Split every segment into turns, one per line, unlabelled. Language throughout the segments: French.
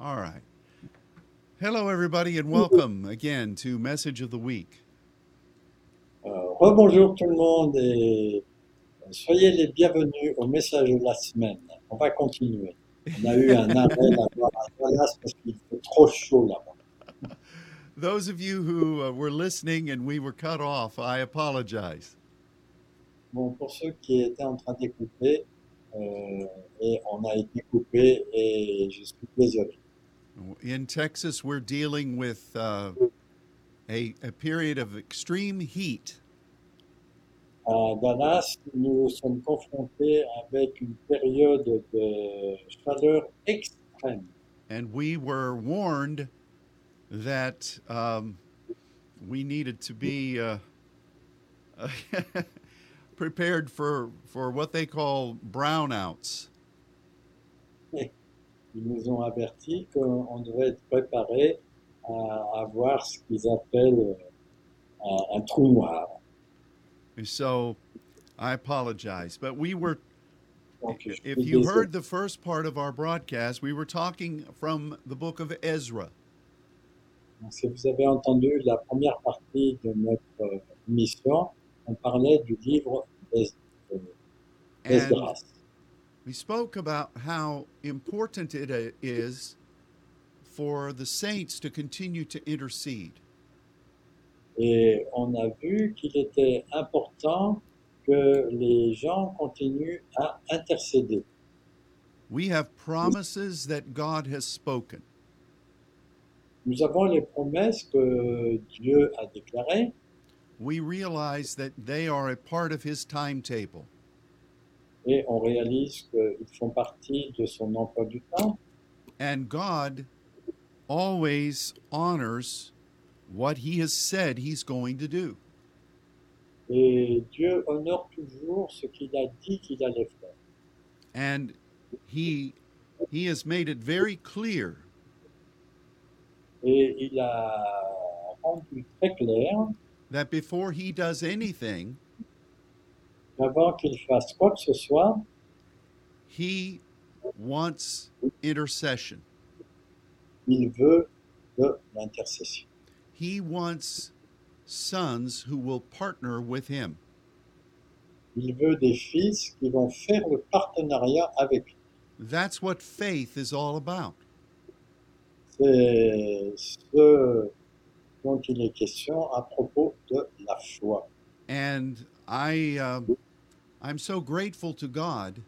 All right. Hello, everybody, and welcome again to Message of the Week.
Euh, Rebonjour tout le monde et euh, soyez les bienvenus au message de la semaine. On va continuer. On a eu un arrêt là-bas à Dallas parce qu'il était trop chaud là-bas.
Those of you who uh, were listening and we were cut off, I apologize.
Bon, pour ceux qui étaient en train d'écouter, euh, et on a été coupé et je suis désolé.
In Texas, we're dealing with uh, a, a period of extreme heat.
À Dallas, nous sommes confrontés avec une période de chaleur extrême.
and we were warned that um, we needed to be uh, prepared for for what they call brownouts.
Ils nous ont avertis qu'on devait être préparé à avoir ce qu'ils appellent euh, un, un trou noir.
So I apologize, but we were.
Donc, je
If
suis
you
désolé.
heard the first part of our broadcast, we were talking from the book of Ezra,
Donc, Si vous avez entendu la première partie de notre euh, émission, on parlait du livre d'Es- euh,
and
d'Esdras.
we spoke about how important it i- is for the saints to continue to intercede.
Et on a vu qu'il était important que les gens continuent à intercéder.
We have promises that God has spoken,
Nous avons les promesses que Dieu a déclarées.
we realize that they are a part of His timetable.
et on réalise qu'ils font partie de son emploi du temps
And God always honors what He has said He's going to do.
et Dieu honore toujours ce qu'il a dit qu'il allait faire.
And He He has made it very clear
Et il a rendu très clair
that before He does anything,
qu'avant qu'il fasse quoi que ce soit,
He wants intercession.
il veut de l'intercession.
He wants sons who will partner with Him.
Il veut des fils qui vont faire le partenariat avec lui.
That's what faith is all about.
C'est ce dont il est question à propos de la foi.
and I um, I'm so grateful to God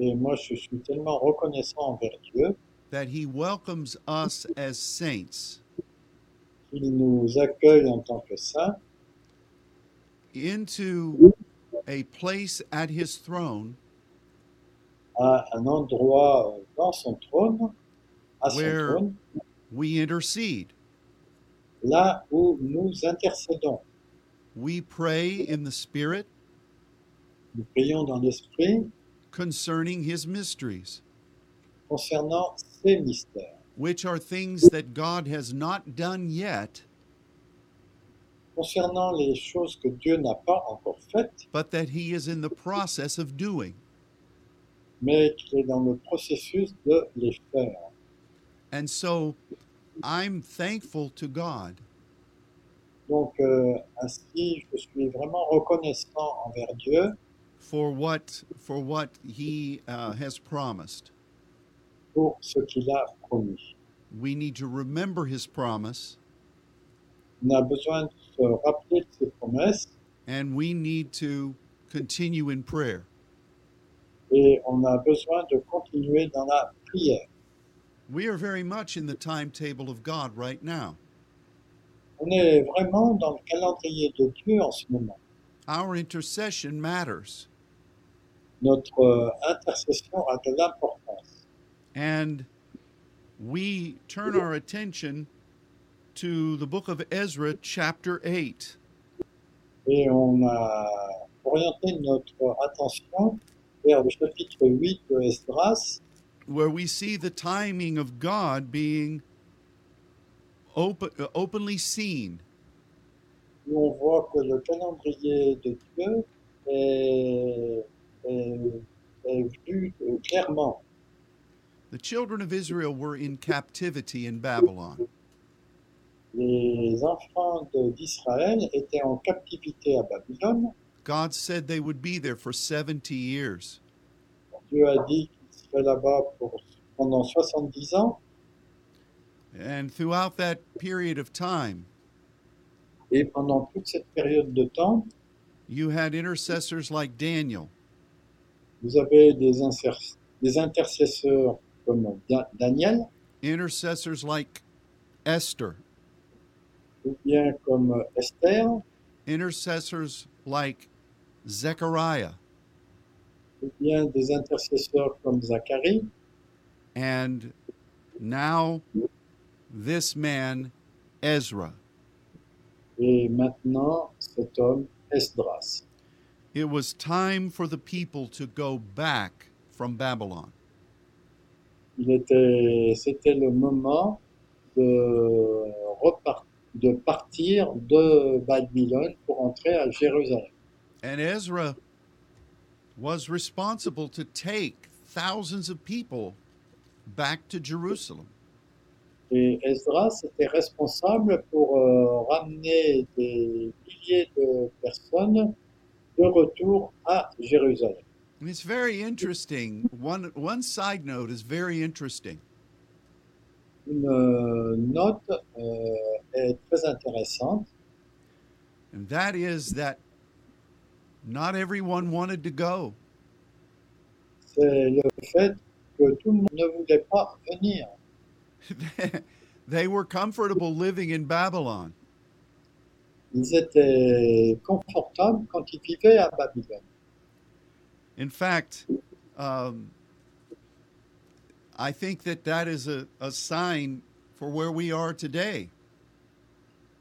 Et moi, je suis tellement reconnaissant envers Dieu
that He welcomes us as saints
qu'il nous accueille en tant que saints
into a place at His throne
à un endroit euh, dans son trône, à son
Where-
trône,
we intercede.
là où nous intercédons.
We pray in the Spirit
Nous prions dans l'esprit
concerning His mysteries,
concernant ces mystères,
which are things that God has not done yet,
concernant les choses que Dieu n'a pas encore faites,
but that He is in the process of doing.
mais qu'il est dans le processus de les faire.
And so I'm thankful to God
Donc euh, ainsi, je suis vraiment reconnaissant envers Dieu
for what for what He uh, has promised.
pour ce qu'il a promis.
We need to remember his promise
On a besoin de se rappeler de ses promesses
and we need to continue in prayer.
et on a besoin de continuer dans la prière.
We are very much in the timetable of God right now.
On est vraiment dans le calendrier de Dieu en ce moment.
Our intercession matters
Notre euh, intercession a de l'importance.
and we turn our attention to the book of Ezra, chapter 8.
Et on a orienté notre attention vers le chapitre 8 de Esdras,
Where we see the timing of God being open, uh, openly seen.
où on voit que le calendrier de Dieu est, est- est vu euh, clairement.
The The children of Israel were in captivity in Babylon.
Les enfants de- d'Israël étaient en captivité à Babylone.
God said they would be there for 70 years.
Dieu a dit qu'ils seraient là-bas pour- pendant 70 ans.
And throughout that period of time,
Et pendant toute cette période de temps,
you had intercessors like Daniel,
vous avez des, inser- des intercesseurs comme Da- Daniel,
intercessors like Esther,
ou bien comme Esther,
intercessors like Zechariah,
ou bien des intercesseurs comme Zacharie.
and now this man, Ezra.
Et maintenant, cet homme, Esdras.
It was time for the people to go back from Babylon.
Il était, c'était le moment de, repart- de partir de Babylone pour entrer à Jérusalem.
And Ezra was responsible to take thousands of people back to Jerusalem.
Et Esdras était responsable pour euh, ramener des milliers de personnes de retour à Jérusalem.
And it's very interesting. One, one side note is very interesting.
Une euh, note euh, est très intéressante.
And that is that not everyone wanted to go.
C'est le fait que tout le monde ne voulait pas venir.
they were comfortable living in Babylon,
Ils étaient confortables quand ils vivaient à Babylone.
In fact, um, I think that that is a, a sign for where we are today.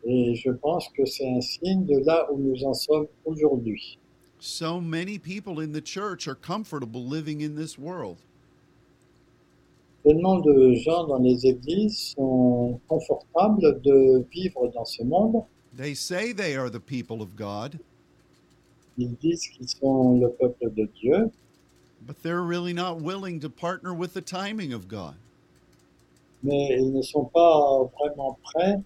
Et je pense que c'est un signe de là où nous en sommes aujourd'hui.
So many people in the church are comfortable living in this world.
Tellement de gens dans les églises sont confortables de vivre dans ce monde.
They say they are the people of God,
Ils disent qu'ils sont le peuple de Dieu,
but they're really not willing to partner with the timing of God.
mais ils ne sont pas vraiment prêts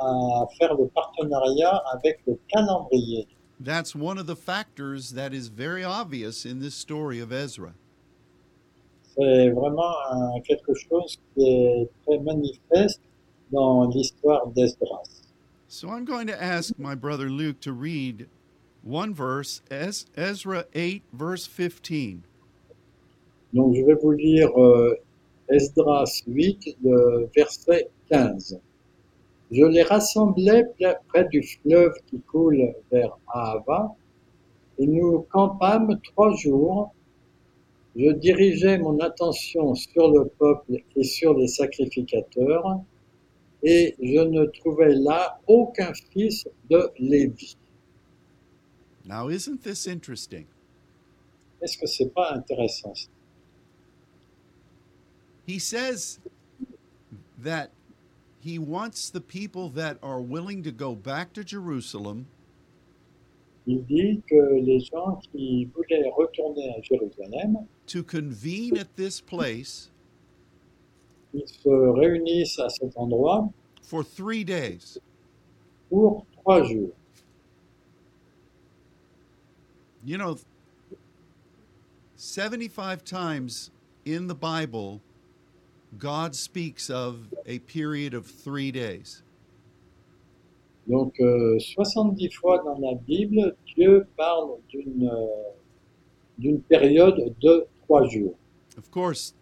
à faire le partenariat avec le calendrier.
That's one of the factors that is very obvious in this story of Ezra.
C'est vraiment un- quelque chose qui est très manifeste dans l'histoire d'Esdras.
So I'm going to ask my brother Luke to read one verse, Ez- Ezra 8, verse 15.
Donc je vais vous lire euh, Esdras 8, le verset 15. Je les rassemblai pla- près du fleuve qui coule vers Ahava, et nous campâmes trois jours. Je dirigeai mon attention sur le peuple et sur les sacrificateurs, et je ne trouvais là aucun fils de Lévi.
Now, isn't this interesting?
Est-ce que c'est pas intéressant ça
He says that he wants the people that are willing to go back to Jerusalem
Il dit que les gens qui voulaient retourner à Jérusalem,
to convene at this place
ils se réunissent à cet endroit
for three days.
pour trois jours.
You know, 75 times in the Bible, God speaks of a period of three days.
Donc euh, 70 fois dans la Bible, Dieu parle d'une euh, d'une période de trois jours.
Of course,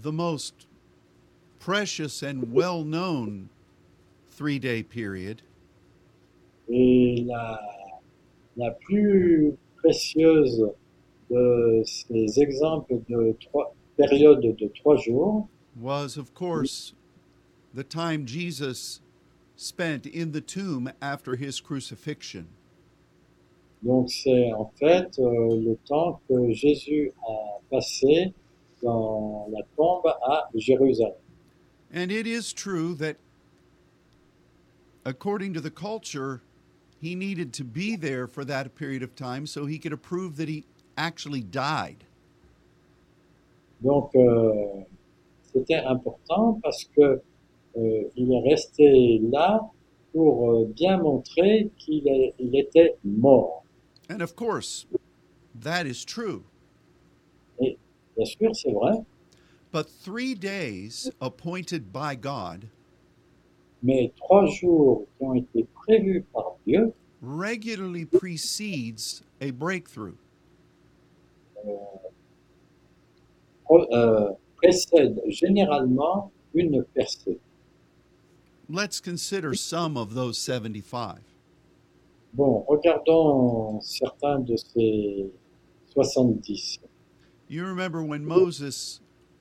the most precious and well known three day period
Et la, la plus précieuse de ces exemples de trois périodes de trois jours,
was, of course, the time Jesus spent in the tomb after his crucifixion.
donc c'est en fait euh, le temps que Jésus a passé dans la tombe à Jérusalem.
And it is true that, according to the culture, he needed to be there for that period of time so he could prove that he actually died.
Donc, euh, c'était important parce que euh, il est resté là pour euh, bien montrer qu'il est- il était mort.
And of course, that is true.
Bien sûr, c'est vrai,
But three days appointed by God
mais trois jours qui ont été prévus par Dieu
regularly precedes a breakthrough.
pro- euh, précèdent généralement une percée.
Let's consider some of those 75.
Bon, regardons certains de ces 70.
You remember when Moses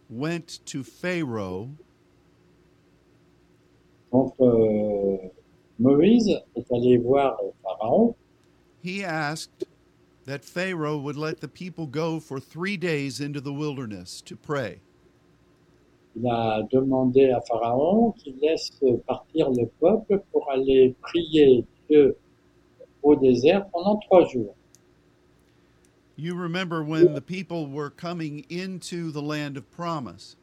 went to Pharaoh
Donc, euh, Moïse est allé voir Pharaon
he asked that Pharaoh would let the people go for three days into the wilderness to pray.
Il a demandé à Pharaon qu'il laisse partir le peuple pour aller prier Dieu au désert pendant trois jours.
You remember when the people were coming into the land of promise.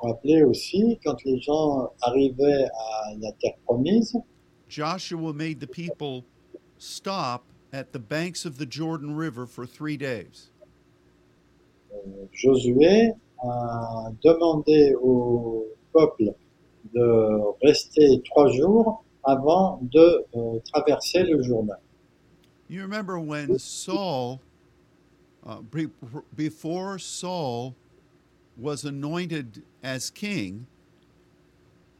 Vous rappelez aussi, quand les gens arrivaient à la terre promise,
Joshua made the people stop at the banks of the Jordan River for three days.
Josué a demandé au peuple de rester trois jours avant de euh, traverser le Jourdain.
You remember when Saul, uh, be- before Saul was anointed as king,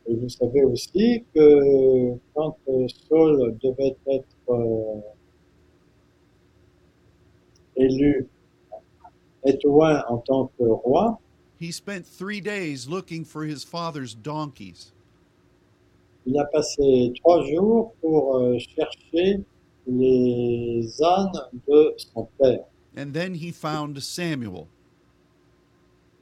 Et vous savez aussi que quand euh, Saul devait être euh, élu Étoin en tant que roi,
he spent three days looking for his father's donkeys.
il a passé trois jours pour euh, chercher les ânes de son père.
And then he found Samuel.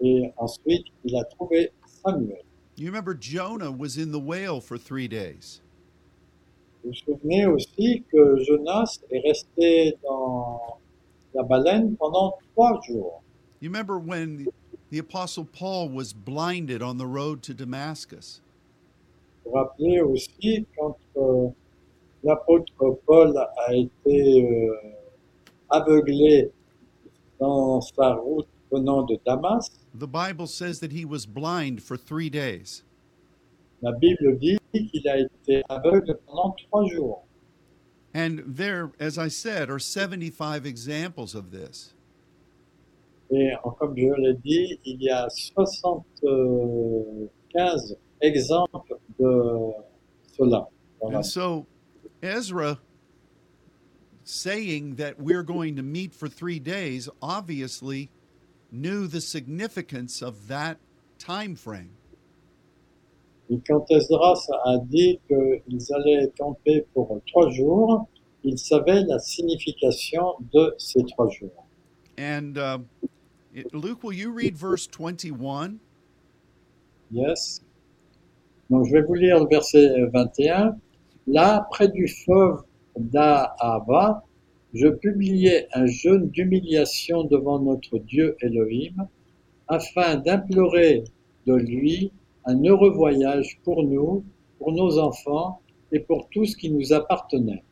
Et ensuite, il a trouvé Samuel.
You remember Jonah was in the whale for three days.
Vous vous souvenez aussi que Jonas est resté dans la baleine pendant trois jours.
You remember when the Apostle Paul was blinded on the road to Damascus.
vous rappelez aussi quand euh, l'apôtre Paul a été euh, aveuglé dans sa route venant de Damas,
The Bible says that he was blind for three days.
la Bible dit qu'il a été aveugle pendant trois jours.
And there, as I said, are 75 examples of this.
Et en- comme je l'ai dit, il y a 75 exemples de cela. dans la-
And so Ezra saying that we're going to meet for three days obviously knew the significance of that time frame.
Et quand Esdras a dit qu'ils allaient camper pour trois jours, il savait la signification de ces trois jours.
And uh, it- Luke, will you read verse 21?
Yes. Donc je vais vous lire le verset 21. Là, près du fleuve d'Ahava, je publiai un jeûne d'humiliation devant notre Dieu Elohim, afin d'implorer de lui un heureux voyage pour nous, pour nos enfants et pour tout ce qui nous appartenait.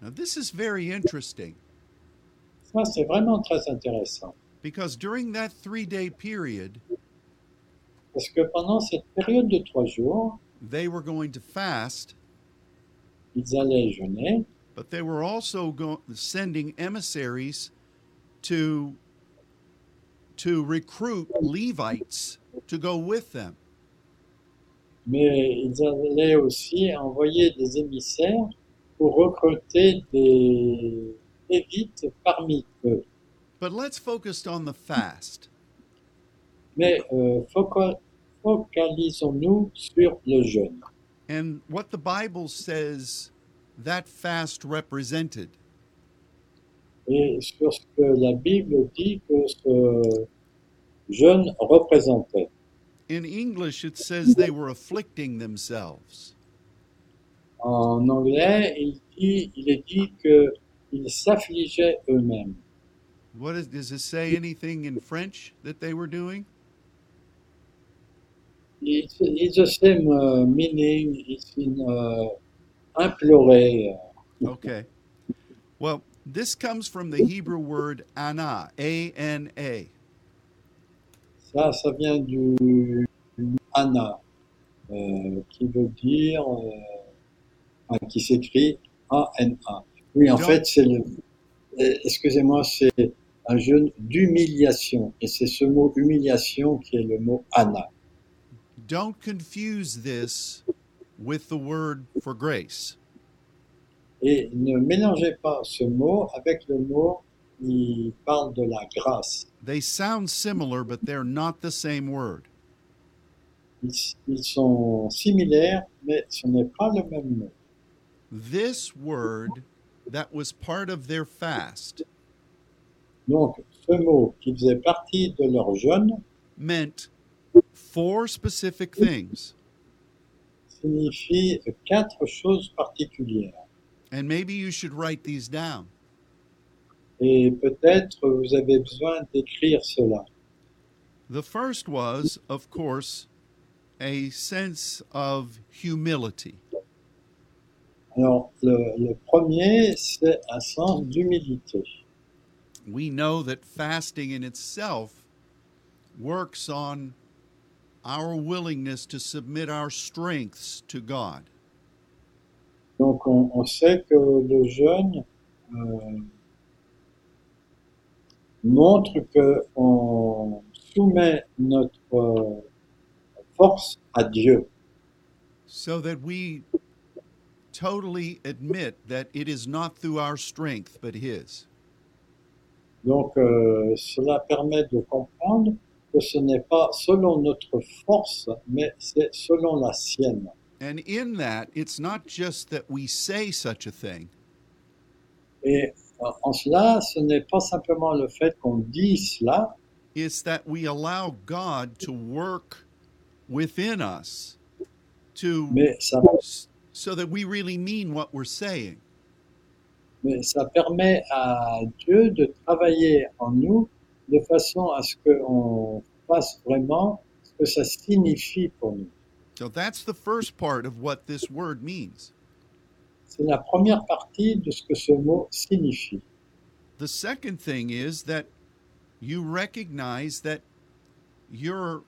Now, this is very interesting
Ça, c'est vraiment très intéressant.
because during that three day period,
Parce que pendant cette période de trois jours,
they were going to fast,
ils allaient jeûner,
but they were also go- sending emissaries to, to recruit Levites to go with them.
mais ils allaient aussi envoyer des émissaires pour recruter des élites parmi eux.
But let's focus on the fast.
Mais euh, foca- focalisons-nous sur le jeûne
And what the Bible says that fast represented.
et sur ce que la Bible dit que ce jeûne représentait.
In English, it says they were afflicting themselves.
En anglais, il, dit, il est dit qu'ils s'affligeaient eux-mêmes.
What is, does it say anything in French that they were doing?
It's, it's the same uh, meaning. It's in uh, implorer.
Okay. Well, this comes from the Hebrew word ana, A N A.
Ça, ça vient du Anna, euh, qui veut dire, euh, ah, qui s'écrit A-N-A. Oui, en
Donc-
fait, c'est le, euh, excusez-moi, c'est un jeûne d'humiliation. Et c'est ce mot humiliation qui est le mot Anna.
Don't confuse this with the word for grace.
Et ne mélangez pas ce mot avec le mot qui parle de la grâce.
They sound similar, but they're not the same word.
Ils, ils sont similaires, mais ce n'est pas le même mot.
This word that was part of their fast
Donc, ce mot qui faisait partie de leur jeûne
meant four specific things.
signifie quatre choses particulières.
And maybe you should write these down.
Et peut-être vous avez besoin d'écrire cela.
The first was, of course, a sense of humility.
Alors, le, le premier, c'est un sens d'humilité.
We know that fasting in itself works on our willingness to submit our strengths to God.
Donc, on, on sait que le jeûne euh, montre que on soumet notre euh, force à Dieu.
so that we totally admit that it is not through our strength but His.
Donc, euh, cela permet de comprendre que ce n'est pas selon notre force, mais c'est selon la sienne.
And in that, it's not just that we say such a thing,
Et euh, en cela, ce n'est pas simplement le fait qu'on dit cela,
it's that we allow God to work within us to
mais ça,
so that we really mean what we're saying.
mais ça permet à Dieu de travailler en nous de façon à ce qu'on fasse vraiment ce que ça signifie pour nous.
So that's the first part of what this word means.
C'est la première partie de ce que ce mot signifie.
The second thing is that you recognize that you're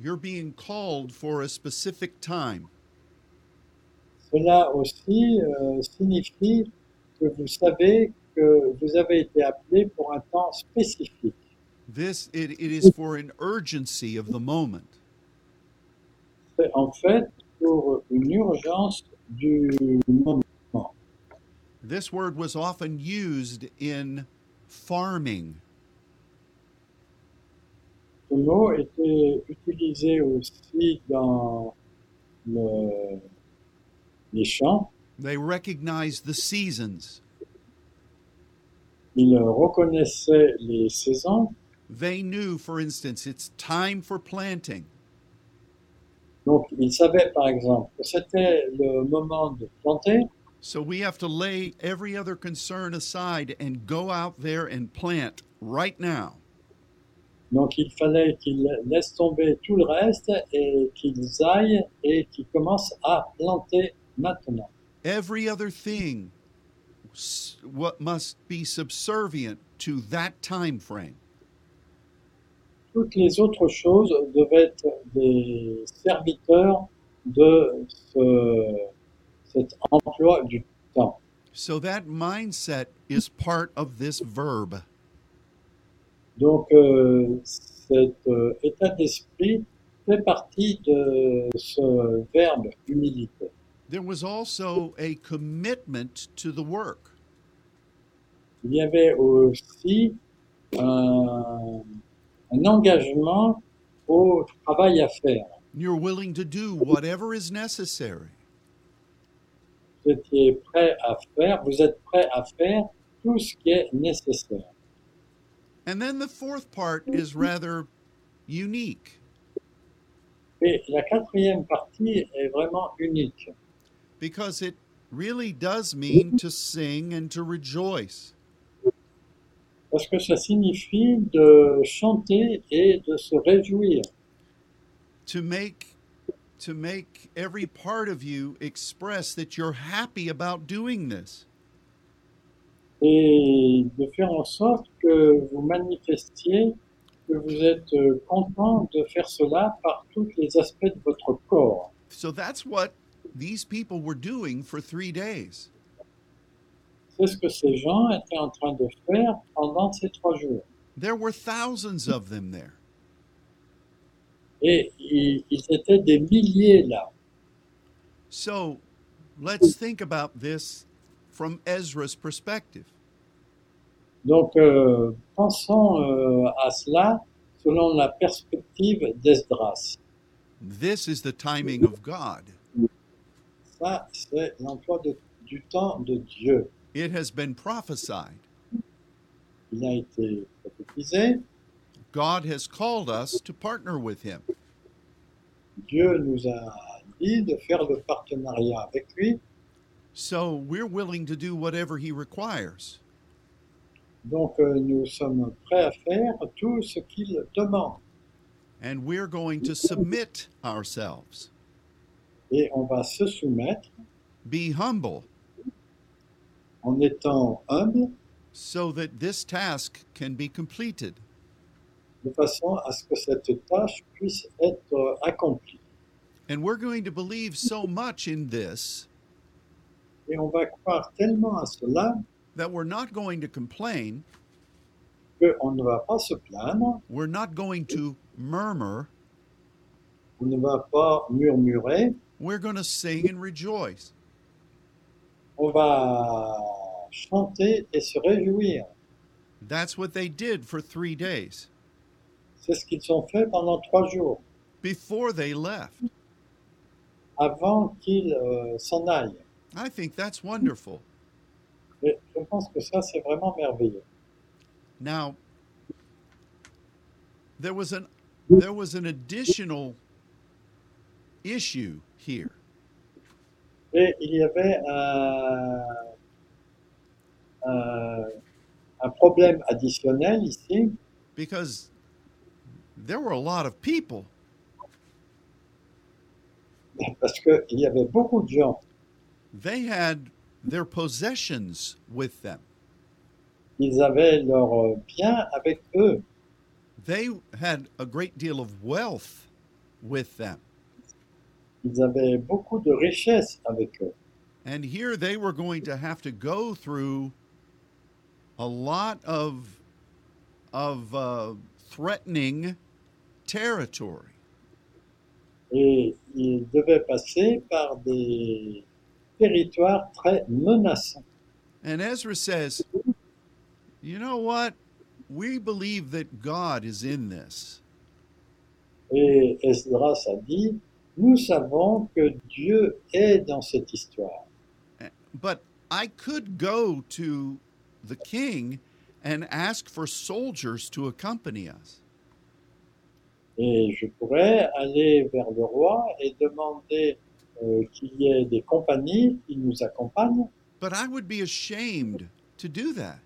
you're being called for a specific time.
Cela aussi euh, signifie que vous savez que vous avez été appelé pour un temps spécifique.
This it, it is for an urgency of the moment.
C'est en fait pour une urgence du moment.
This word was often used in farming.
Ce mot était utilisé aussi dans le- les champs.
They recognized the seasons.
Il reconnaissait les saisons.
They knew, for instance, it's time for planting.
Donc, il savait par exemple que c'était le moment de planter.
So we have to lay every other concern aside and go out there and plant right now.
Donc il fallait qu'ils laissent tomber tout le reste et qu'ils aillent et qu'ils commencent à planter maintenant.
Every other thing s- what must be subservient to that time frame.
Toutes les autres choses devaient être des serviteurs de ce- cet emploi du temps.
So that mindset is part of this verb.
Donc euh, cet euh, état d'esprit fait partie de ce verbe humilité.
There was also a commitment to the work.
il y avait aussi un, un engagement au travail à faire.
You're willing to do whatever is necessary.
Vous étiez prêt à faire, vous êtes prêt à faire tout ce qui est nécessaire.
And then the fourth part is rather unique
Et la quatrième partie est vraiment unique
because it really does mean to sing and to rejoice.
parce que ça signifie de chanter et de se réjouir,
to make to make every part of you express that you're happy about doing this.
et de faire en sorte que vous manifestiez que vous êtes euh, content de faire cela par tous les aspects de votre corps.
So that's what these people were doing for three days.
C'est ce que ces gens étaient en train de faire pendant ces trois jours.
There were thousands of them there.
Et ils, ils étaient des milliers là.
So let's think about this from Ezra's perspective.
Donc euh, pensons euh, à cela selon la perspective d'Esdras.
This is the timing of God.
Ça, c'est l'emploi de- du temps de Dieu.
It has been prophesied.
Il a été prophétisé.
God has called us to partner with Him.
Dieu nous a dit de faire le partenariat avec lui.
So we're willing to do whatever He requires.
Donc euh, nous sommes prêts à faire tout ce qu'il demande.
And we're going to submit ourselves,
Et on va se soumettre
be humble,
en étant humble
so that this task can be completed.
de façon à ce que cette tâche puisse être euh, accomplie.
And we're going to believe so much in this
Et on va croire tellement à cela
that we're not going to complain,
qu'on ne va pas se plaindre,
we're not going to murmur,
on ne va pas murmurer,
we're going to sing and rejoice.
on va chanter et se réjouir.
That's what they did for three days
C'est ce qu'ils ont fait pendant trois jours,
before they left.
avant qu'ils euh, s'en aillent.
I think that's wonderful.
Et je pense que ça, c'est vraiment merveilleux.
Now, there was an there was an additional issue here.
Et il y avait un, un, un problème additionnel ici,
because there were a lot of people
parce qu'il y avait beaucoup de gens.
they had their possessions with them
Ils avaient leurs biens avec eux.
they had a great deal of wealth with them
Ils avaient beaucoup de richesses avec eux.
and here they were going to have to go through a lot of of uh, threatening territory
Et ils devaient passer par des territoires très menaçants.
and ezra says you know what we believe that god is in this
Et Esdras a dit, nous savons que Dieu est dans cette histoire.
But I could go to the king and ask for soldiers to accompany us.
Et je pourrais aller vers le roi et demander euh, qu'il y ait des compagnies qui nous accompagnent,
But I would be ashamed to do that.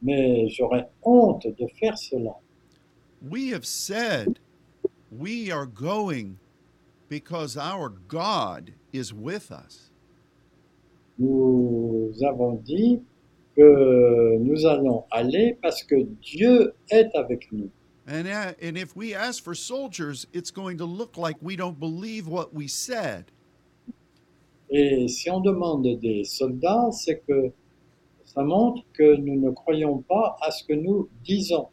mais j'aurais honte de faire cela.
We have said we are going because our God is with us.
Nous avons dit que nous allons aller parce que Dieu est avec nous.
And, uh, and if we ask for soldiers, it's going to look like we don't believe what we said.
Et si on demande des soldats, c'est que ça montre que nous ne croyons pas à ce que nous disons.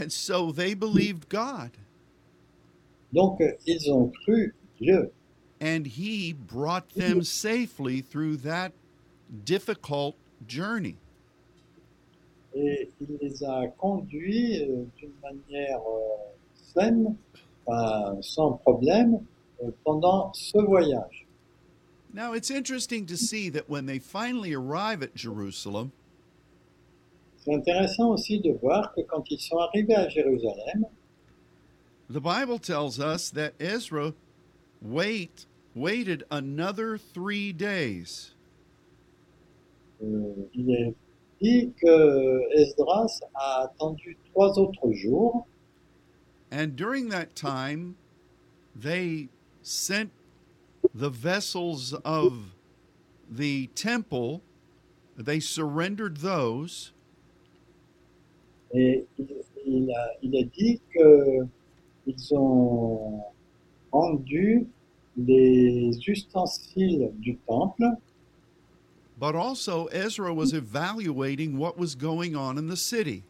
And so they believed God,
Donc euh, ils ont cru Dieu
and He brought them safely through that difficult journey.
et il les a conduits euh, d'une manière euh, saine, enfin, sans problème, euh, pendant ce voyage.
Now, it's interesting to see that when they finally arrive at Jerusalem,
C'est intéressant aussi de voir que quand ils sont arrivés à Jérusalem,
the Bible tells us that Ezra wait, waited another three days.
Euh, il est dit que Esdras a attendu trois autres jours
And during that time, they sent the vessels of the temple, they surrendered those,
Et il, il a, il a dit qu'ils ont rendu les ustensiles du temple,
but also Ezra was evaluating what was going on in the city.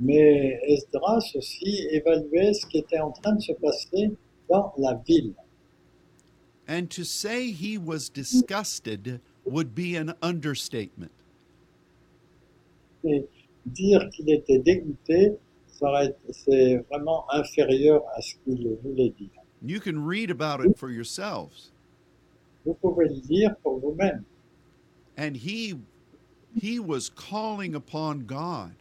mais Esdras aussi évaluait ce qui était en train de se passer dans la ville.
And to say he was disgusted would be an understatement.
Et dire qu'il était dégoûté, ça aurait été- c'est vraiment inférieur à ce qu'il voulait dire.
You can read about it for yourselves.
Vous pouvez le dire pour vous-même.
And he he was calling upon God.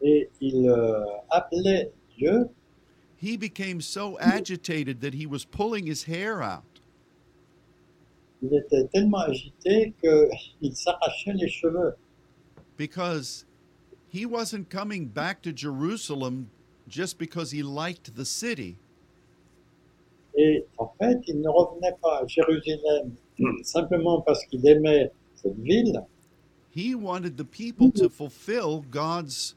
Et il euh, appelait Dieu
He became so agitated that he was pulling his hair out.
Il était tellement agité qu'il s'arrachait les cheveux
because he wasn't coming back to Jerusalem just because he liked the city.
et en fait, il ne revenait pas à Jérusalem simplement parce qu'il aimait cette ville.
He wanted the people to fulfill God's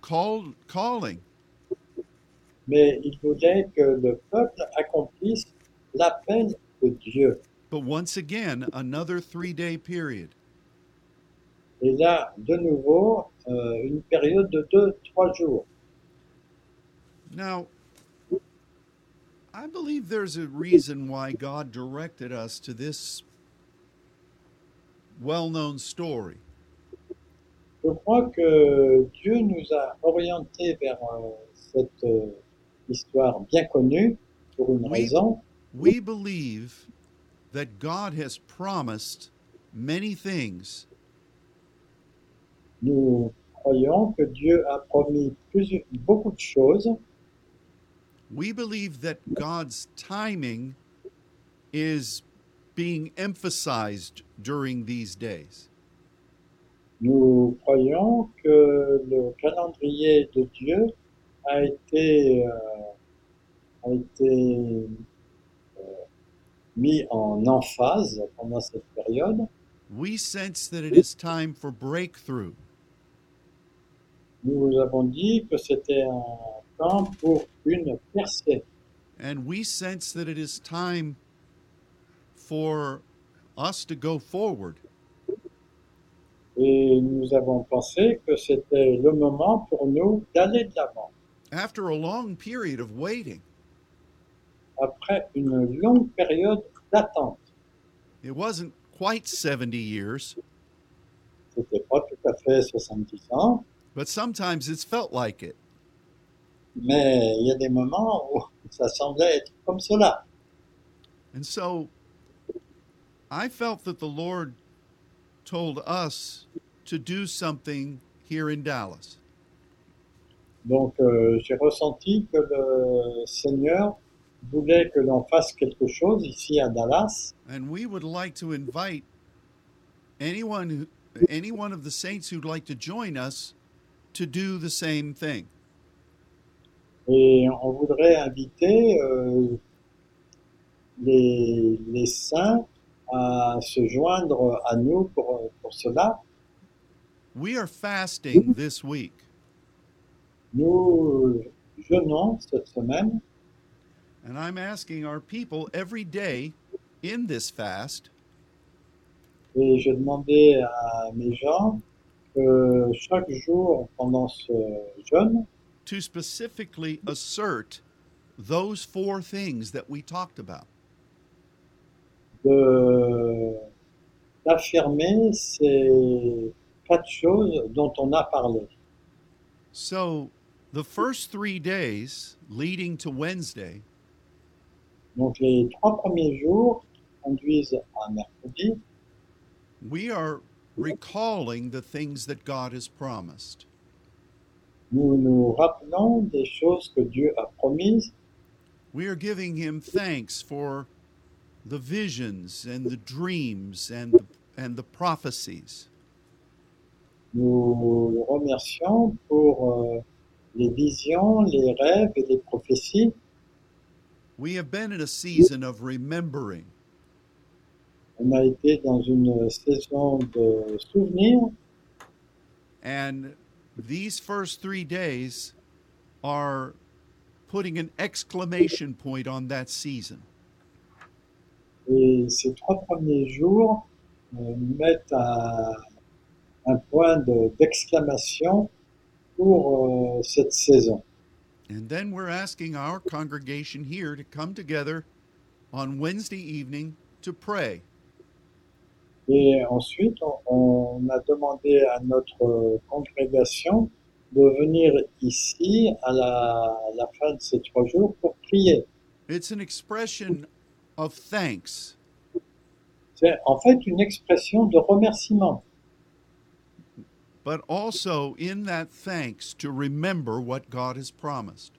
call, calling.
mais il voulait que le peuple accomplisse l'appel de Dieu.
But once again, another three day period.
Et là, de nouveau, euh, une période de deux, trois jours.
Now, I believe there's a reason why God directed us to this well known story.
Je crois que Dieu nous a orientés vers euh, cette euh, histoire bien connue pour une
Oui.
raison.
We believe that God has promised many things
Nous croyons que Dieu a promis plusieurs- beaucoup de choses.
We believe that God's timing is being emphasized during these days.
Nous croyons que le calendrier de Dieu a été, euh, a été euh, mis en emphase pendant cette période.
We sense that it is time for breakthrough.
Nous avons dit que c'était un temps pour une percée
And we sense that it is time for us to go forward.
et nous avons pensé que c'était le moment pour nous d'aller de l'avant.
After a long period of waiting,
Après une longue période d'attente,
it wasn't quite 70 years,
c'était pas tout à fait 70 ans,
but sometimes it's felt like it.
Mais il y a des moments où ça semblait être comme cela.
And so I felt that the Lord told us to do something here in Dallas.
Donc euh, j'ai ressenti que le Seigneur voulait que l'on fasse quelque chose ici à Dallas.
And we would like to invite anyone who any one of the saints who'd like to join us to do the same thing.
Et on voudrait inviter euh, les, les saints à se joindre à nous pour, pour cela.
We are fasting this week.
Nous euh, jeûnons cette semaine
And I'm asking our people every day in this fast
et je demandais à mes gens que chaque jour pendant ce jeûne,
to specifically assert those four things that we talked about.
de- d'affirmer ces quatre choses dont on a parlé.
So, the first three days leading to Wednesday,
Donc les trois premiers jours conduisent à mercredi
we are recalling the things that God has promised.
nous nous rappelons des choses que Dieu a promises,
We are giving Him thanks for the visions and the dreams and the, and the prophecies.
nous le remercions pour euh, les visions, les rêves et les prophéties,
We have been in a season of remembering.
On a été dans une saison de souvenirs
And these first three days are putting an exclamation point on that season.
et ces trois premiers jours euh, mettent un, un point de- d'exclamation pour euh, cette saison.
And then we're asking our congregation here to come together on Wednesday evening to pray.
Et ensuite, on, on a demandé à notre euh, congrégation de venir ici à la, à la fin de ces trois jours pour prier.
It's an expression of thanks.
C'est en fait une expression de remerciement,
but also in that thanks to remember what God has promised.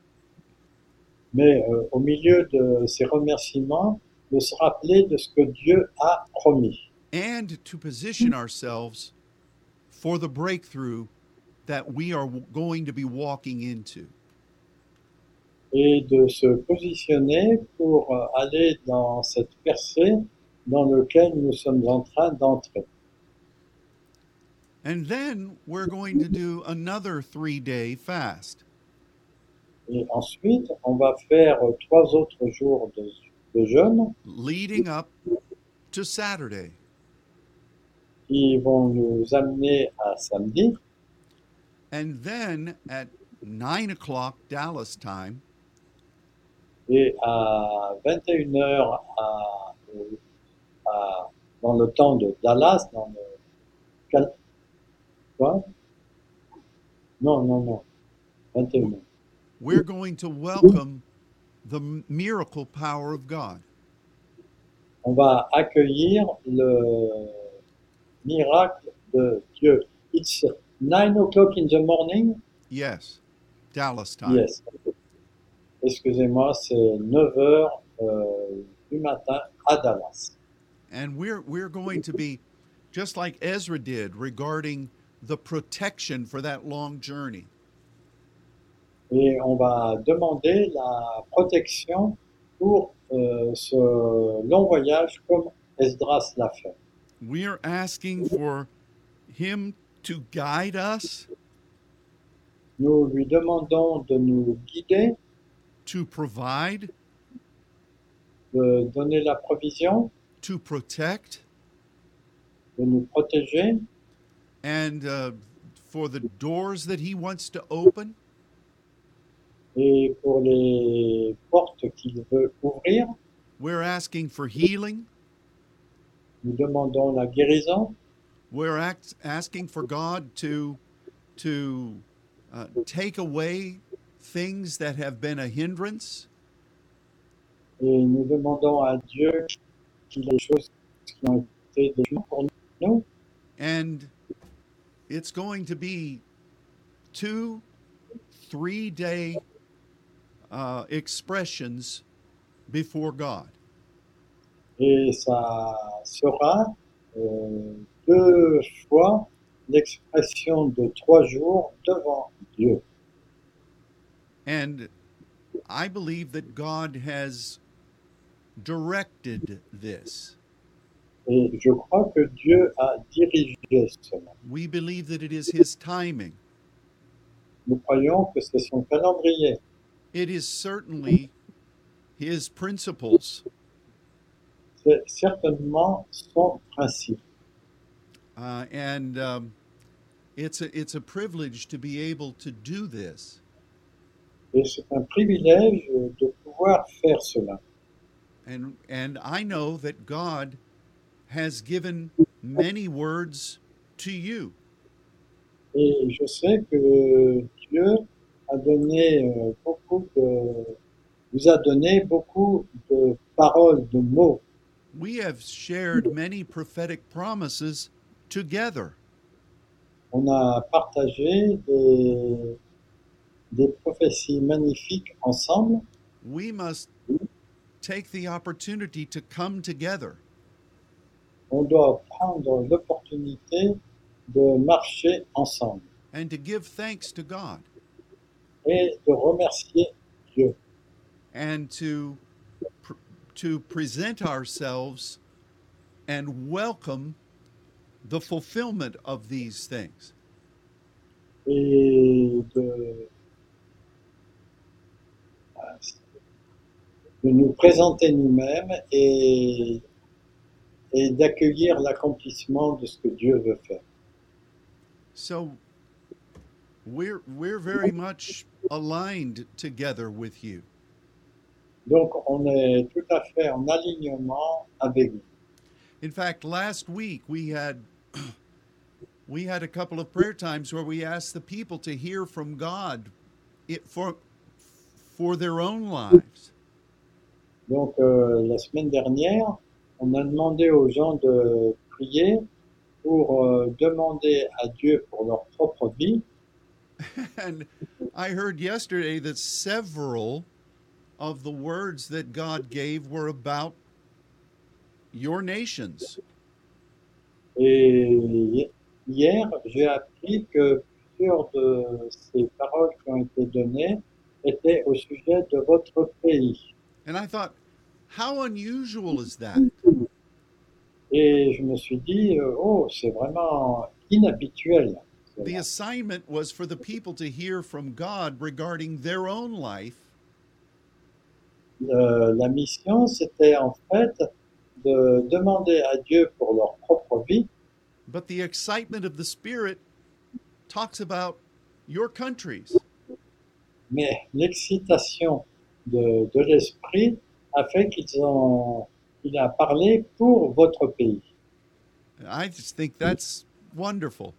mais euh, au milieu de ces remerciements, de se rappeler de ce que Dieu a promis.
And to position ourselves for the breakthrough that we are w- going to be walking into.
et de se positionner pour euh, aller dans cette percée dans laquelle nous sommes en train d'entrer.
And then we're going to do another three day fast.
Et ensuite, on va faire euh, trois autres jours de, de jeûne
leading up to Saturday.
qui vont nous amener à samedi.
And then at nine o'clock Dallas time,
Et à 21h à, euh, à- dans le temps de Dallas, dans le... Cal- Quoi Non, non, non. 21h.
we're going to welcome the m- miracle power of God.
on va accueillir le miracle de Dieu. It's 9 o'clock in the morning.
Yes, Dallas time.
Yes. Excusez-moi, c'est 9 heures euh, du matin à Dallas.
And we're we're going to be just like Ezra did regarding the protection for that long journey.
Et on va demander la protection pour euh, ce long voyage comme Esdras l'a fait.
We are asking for him to guide us,
Nous lui demandons de nous guider,
to provide,
de donner la provision,
to protect,
de nous protéger
and uh, for the doors that he wants to open,
et pour les portes qu'il veut ouvrir,
we're asking for healing.
nous demandons la guérison,
We're act- asking for God to to uh, take away things that have been a hindrance.
et nous demandons à Dieu qu'il y ait des choses qui ont été des choses pour nous.
And it's going to be two, three day uh, expressions before God.
Et ça sera euh, deux fois l'expression de trois jours devant Dieu.
And I believe that God has directed this.
Et je crois que Dieu a dirigé cela.
We believe that it is His timing.
Nous croyons que c'est son calendrier.
It is certainly His principles.
C'est certainement son principe.
Uh, and um, it's, a, it's a privilege to be able to do this.
Et c'est un privilège de pouvoir faire cela.
And and I know that God has given many words to you.
Et je sais que Dieu a donné euh, beaucoup de, vous a donné beaucoup de paroles, de mots.
We have shared many prophetic promises together.
On a partagé des, des prophéties magnifiques ensemble
We must take the opportunity to come together
on doit prendre l'opportunité de marcher ensemble
and to give thanks to God
et de remercier Dieu
and to to present ourselves and welcome the fulfillment of these things.
et de, ah, de nous présenter nous-mêmes et, et d'accueillir l'accomplissement de ce que Dieu veut faire.
So we're we're very much aligned together with you.
Donc on est tout à fait en alignement avec vous.
In fact, last week we had we had a couple of prayer times where we asked the people to hear from God it for for their own lives.
Donc euh, la semaine dernière, on a demandé aux gens de prier pour euh, demander à Dieu pour leur propre vie.
And I heard yesterday that several of the words that God gave were about your nations.
Et hi- hier, j'ai appris que plusieurs de ces paroles qui ont été données étaient au sujet de votre pays.
And I thought, how unusual is that?
Et je me suis dit, euh, oh, c'est vraiment inhabituel.
The
cela.
assignment was for the people to hear from God regarding their own life
Le- Euh, la mission, c'était en fait de demander à Dieu pour leur propre vie,
But the excitement of the Spirit talks about your countries.
mais l'excitation de, de l'esprit a fait qu'ils ont, il a parlé pour votre pays.
And I just think that's wonderful.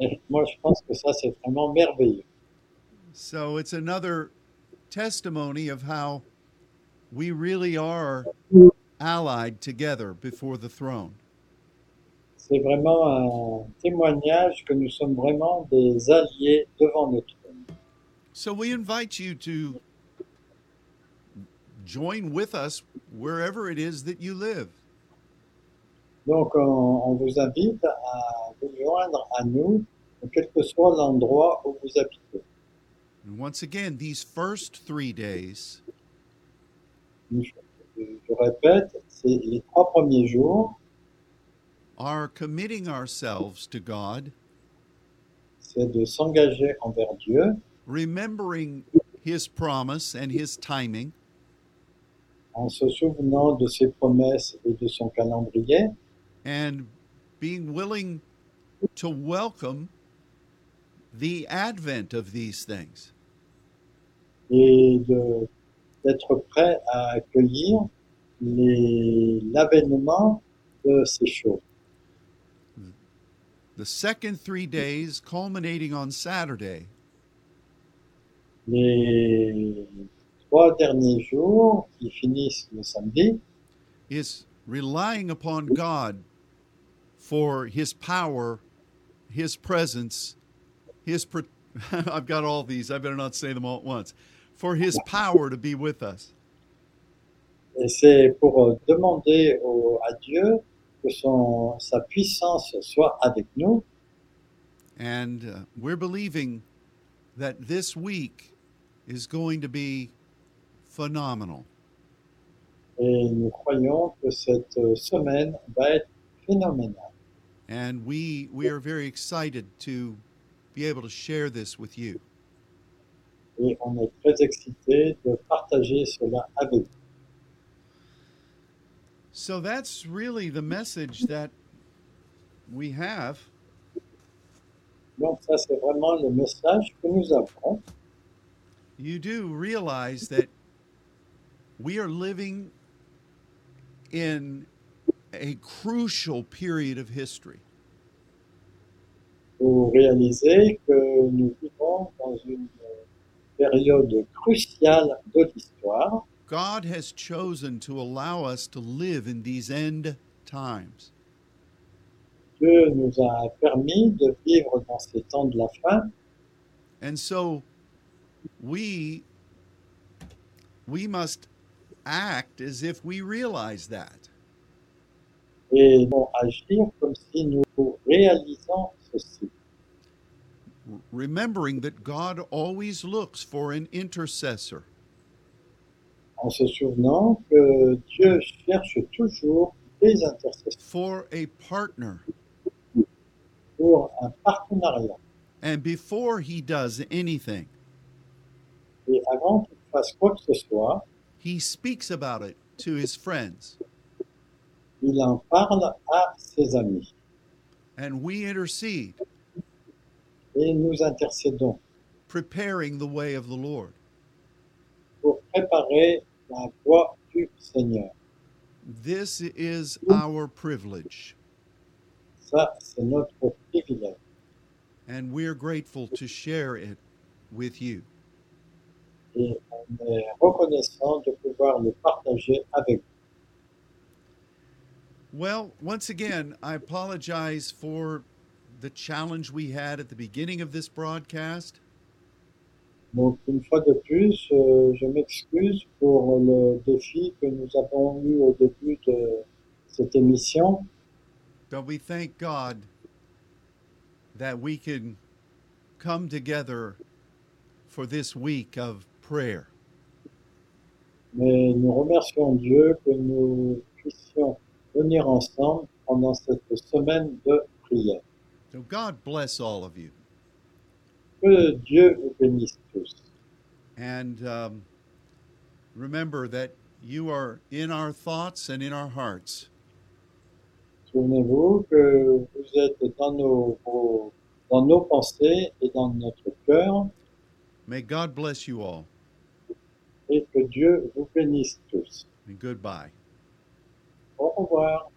Et moi, je pense que ça, c'est vraiment merveilleux.
So it's another testimony of how we really are allied together before the throne.
C'est vraiment un témoignage que nous sommes vraiment des alliés devant notre trône.
So we invite you to join with us wherever it is that you live.
Donc, on, on vous invite à vous joindre à nous, quel que soit l'endroit où vous habitez.
And once again, these first three days
Je, je répète, c'est les trois premiers jours,
are committing ourselves to God
c'est de s'engager envers Dieu,
remembering his promise and his timing,
en se souvenant de ses promesses et de son calendrier,
and being willing to welcome the advent of these things.
et de- d'être prêt à accueillir les- l'avènement de ces choses.
The second three days, culminating on Saturday,
Les trois derniers jours qui finissent le samedi,
is relying upon God for his power, his presence, his. Pro- I've got all these, I better not say them all at once. For his power to be with us.
et c'est pour euh, demander au- à Dieu que son, sa puissance soit avec nous.
And uh, we're believing that this week is going to be phenomenal.
Et nous croyons que cette euh, semaine va être phénoménale.
And we, we are very excited to be able to share this with you.
Et on est très excités de partager cela avec vous.
So that's really the message that we have.
Donc ça, c'est vraiment le message que nous avons.
You do realize that we are living in a crucial period of history.
Vous réalisez que nous vivons dans une euh, période cruciale de l'histoire.
God has chosen to allow us to live in these end times.
Dieu nous a permis de vivre dans ces temps de la fin.
And so we we must act as if we realize that.
et vont agir comme si nous réalisons ceci,
R- Remembering that God always looks for an intercessor.
en en se souvenant que Dieu cherche toujours des intercesseurs
for a partner.
pour un partenariat.
And before he does anything,
Et avant qu'il fasse quoi que ce soit,
he speaks about it to his friends.
il en parle à ses amis.
And we intercede,
Et nous intercédons
preparing the way of the Lord.
pour préparer la voie du Seigneur.
This is our privilege,
Ça, c'est notre privilège.
and we're grateful to share it with you.
Et on est reconnaissant de pouvoir le partager avec vous.
Well, once again, I apologize for the challenge we had at the beginning of this broadcast.
Donc, une fois de plus, euh, je m'excuse pour le défi que nous avons eu au début de cette émission,
But we thank God that we can come together for this week of prayer.
mais nous remercions Dieu que nous puissions venir ensemble pendant cette semaine de prière.
So God bless all of you.
Que Dieu vous bénisse tous.
And um, remember that you are in our thoughts and in our hearts.
Souvenez-vous que vous êtes dans nos, vos- dans nos pensées et dans notre cœur
May God bless you all,
et que Dieu vous bénisse tous.
and goodbye.
Au revoir.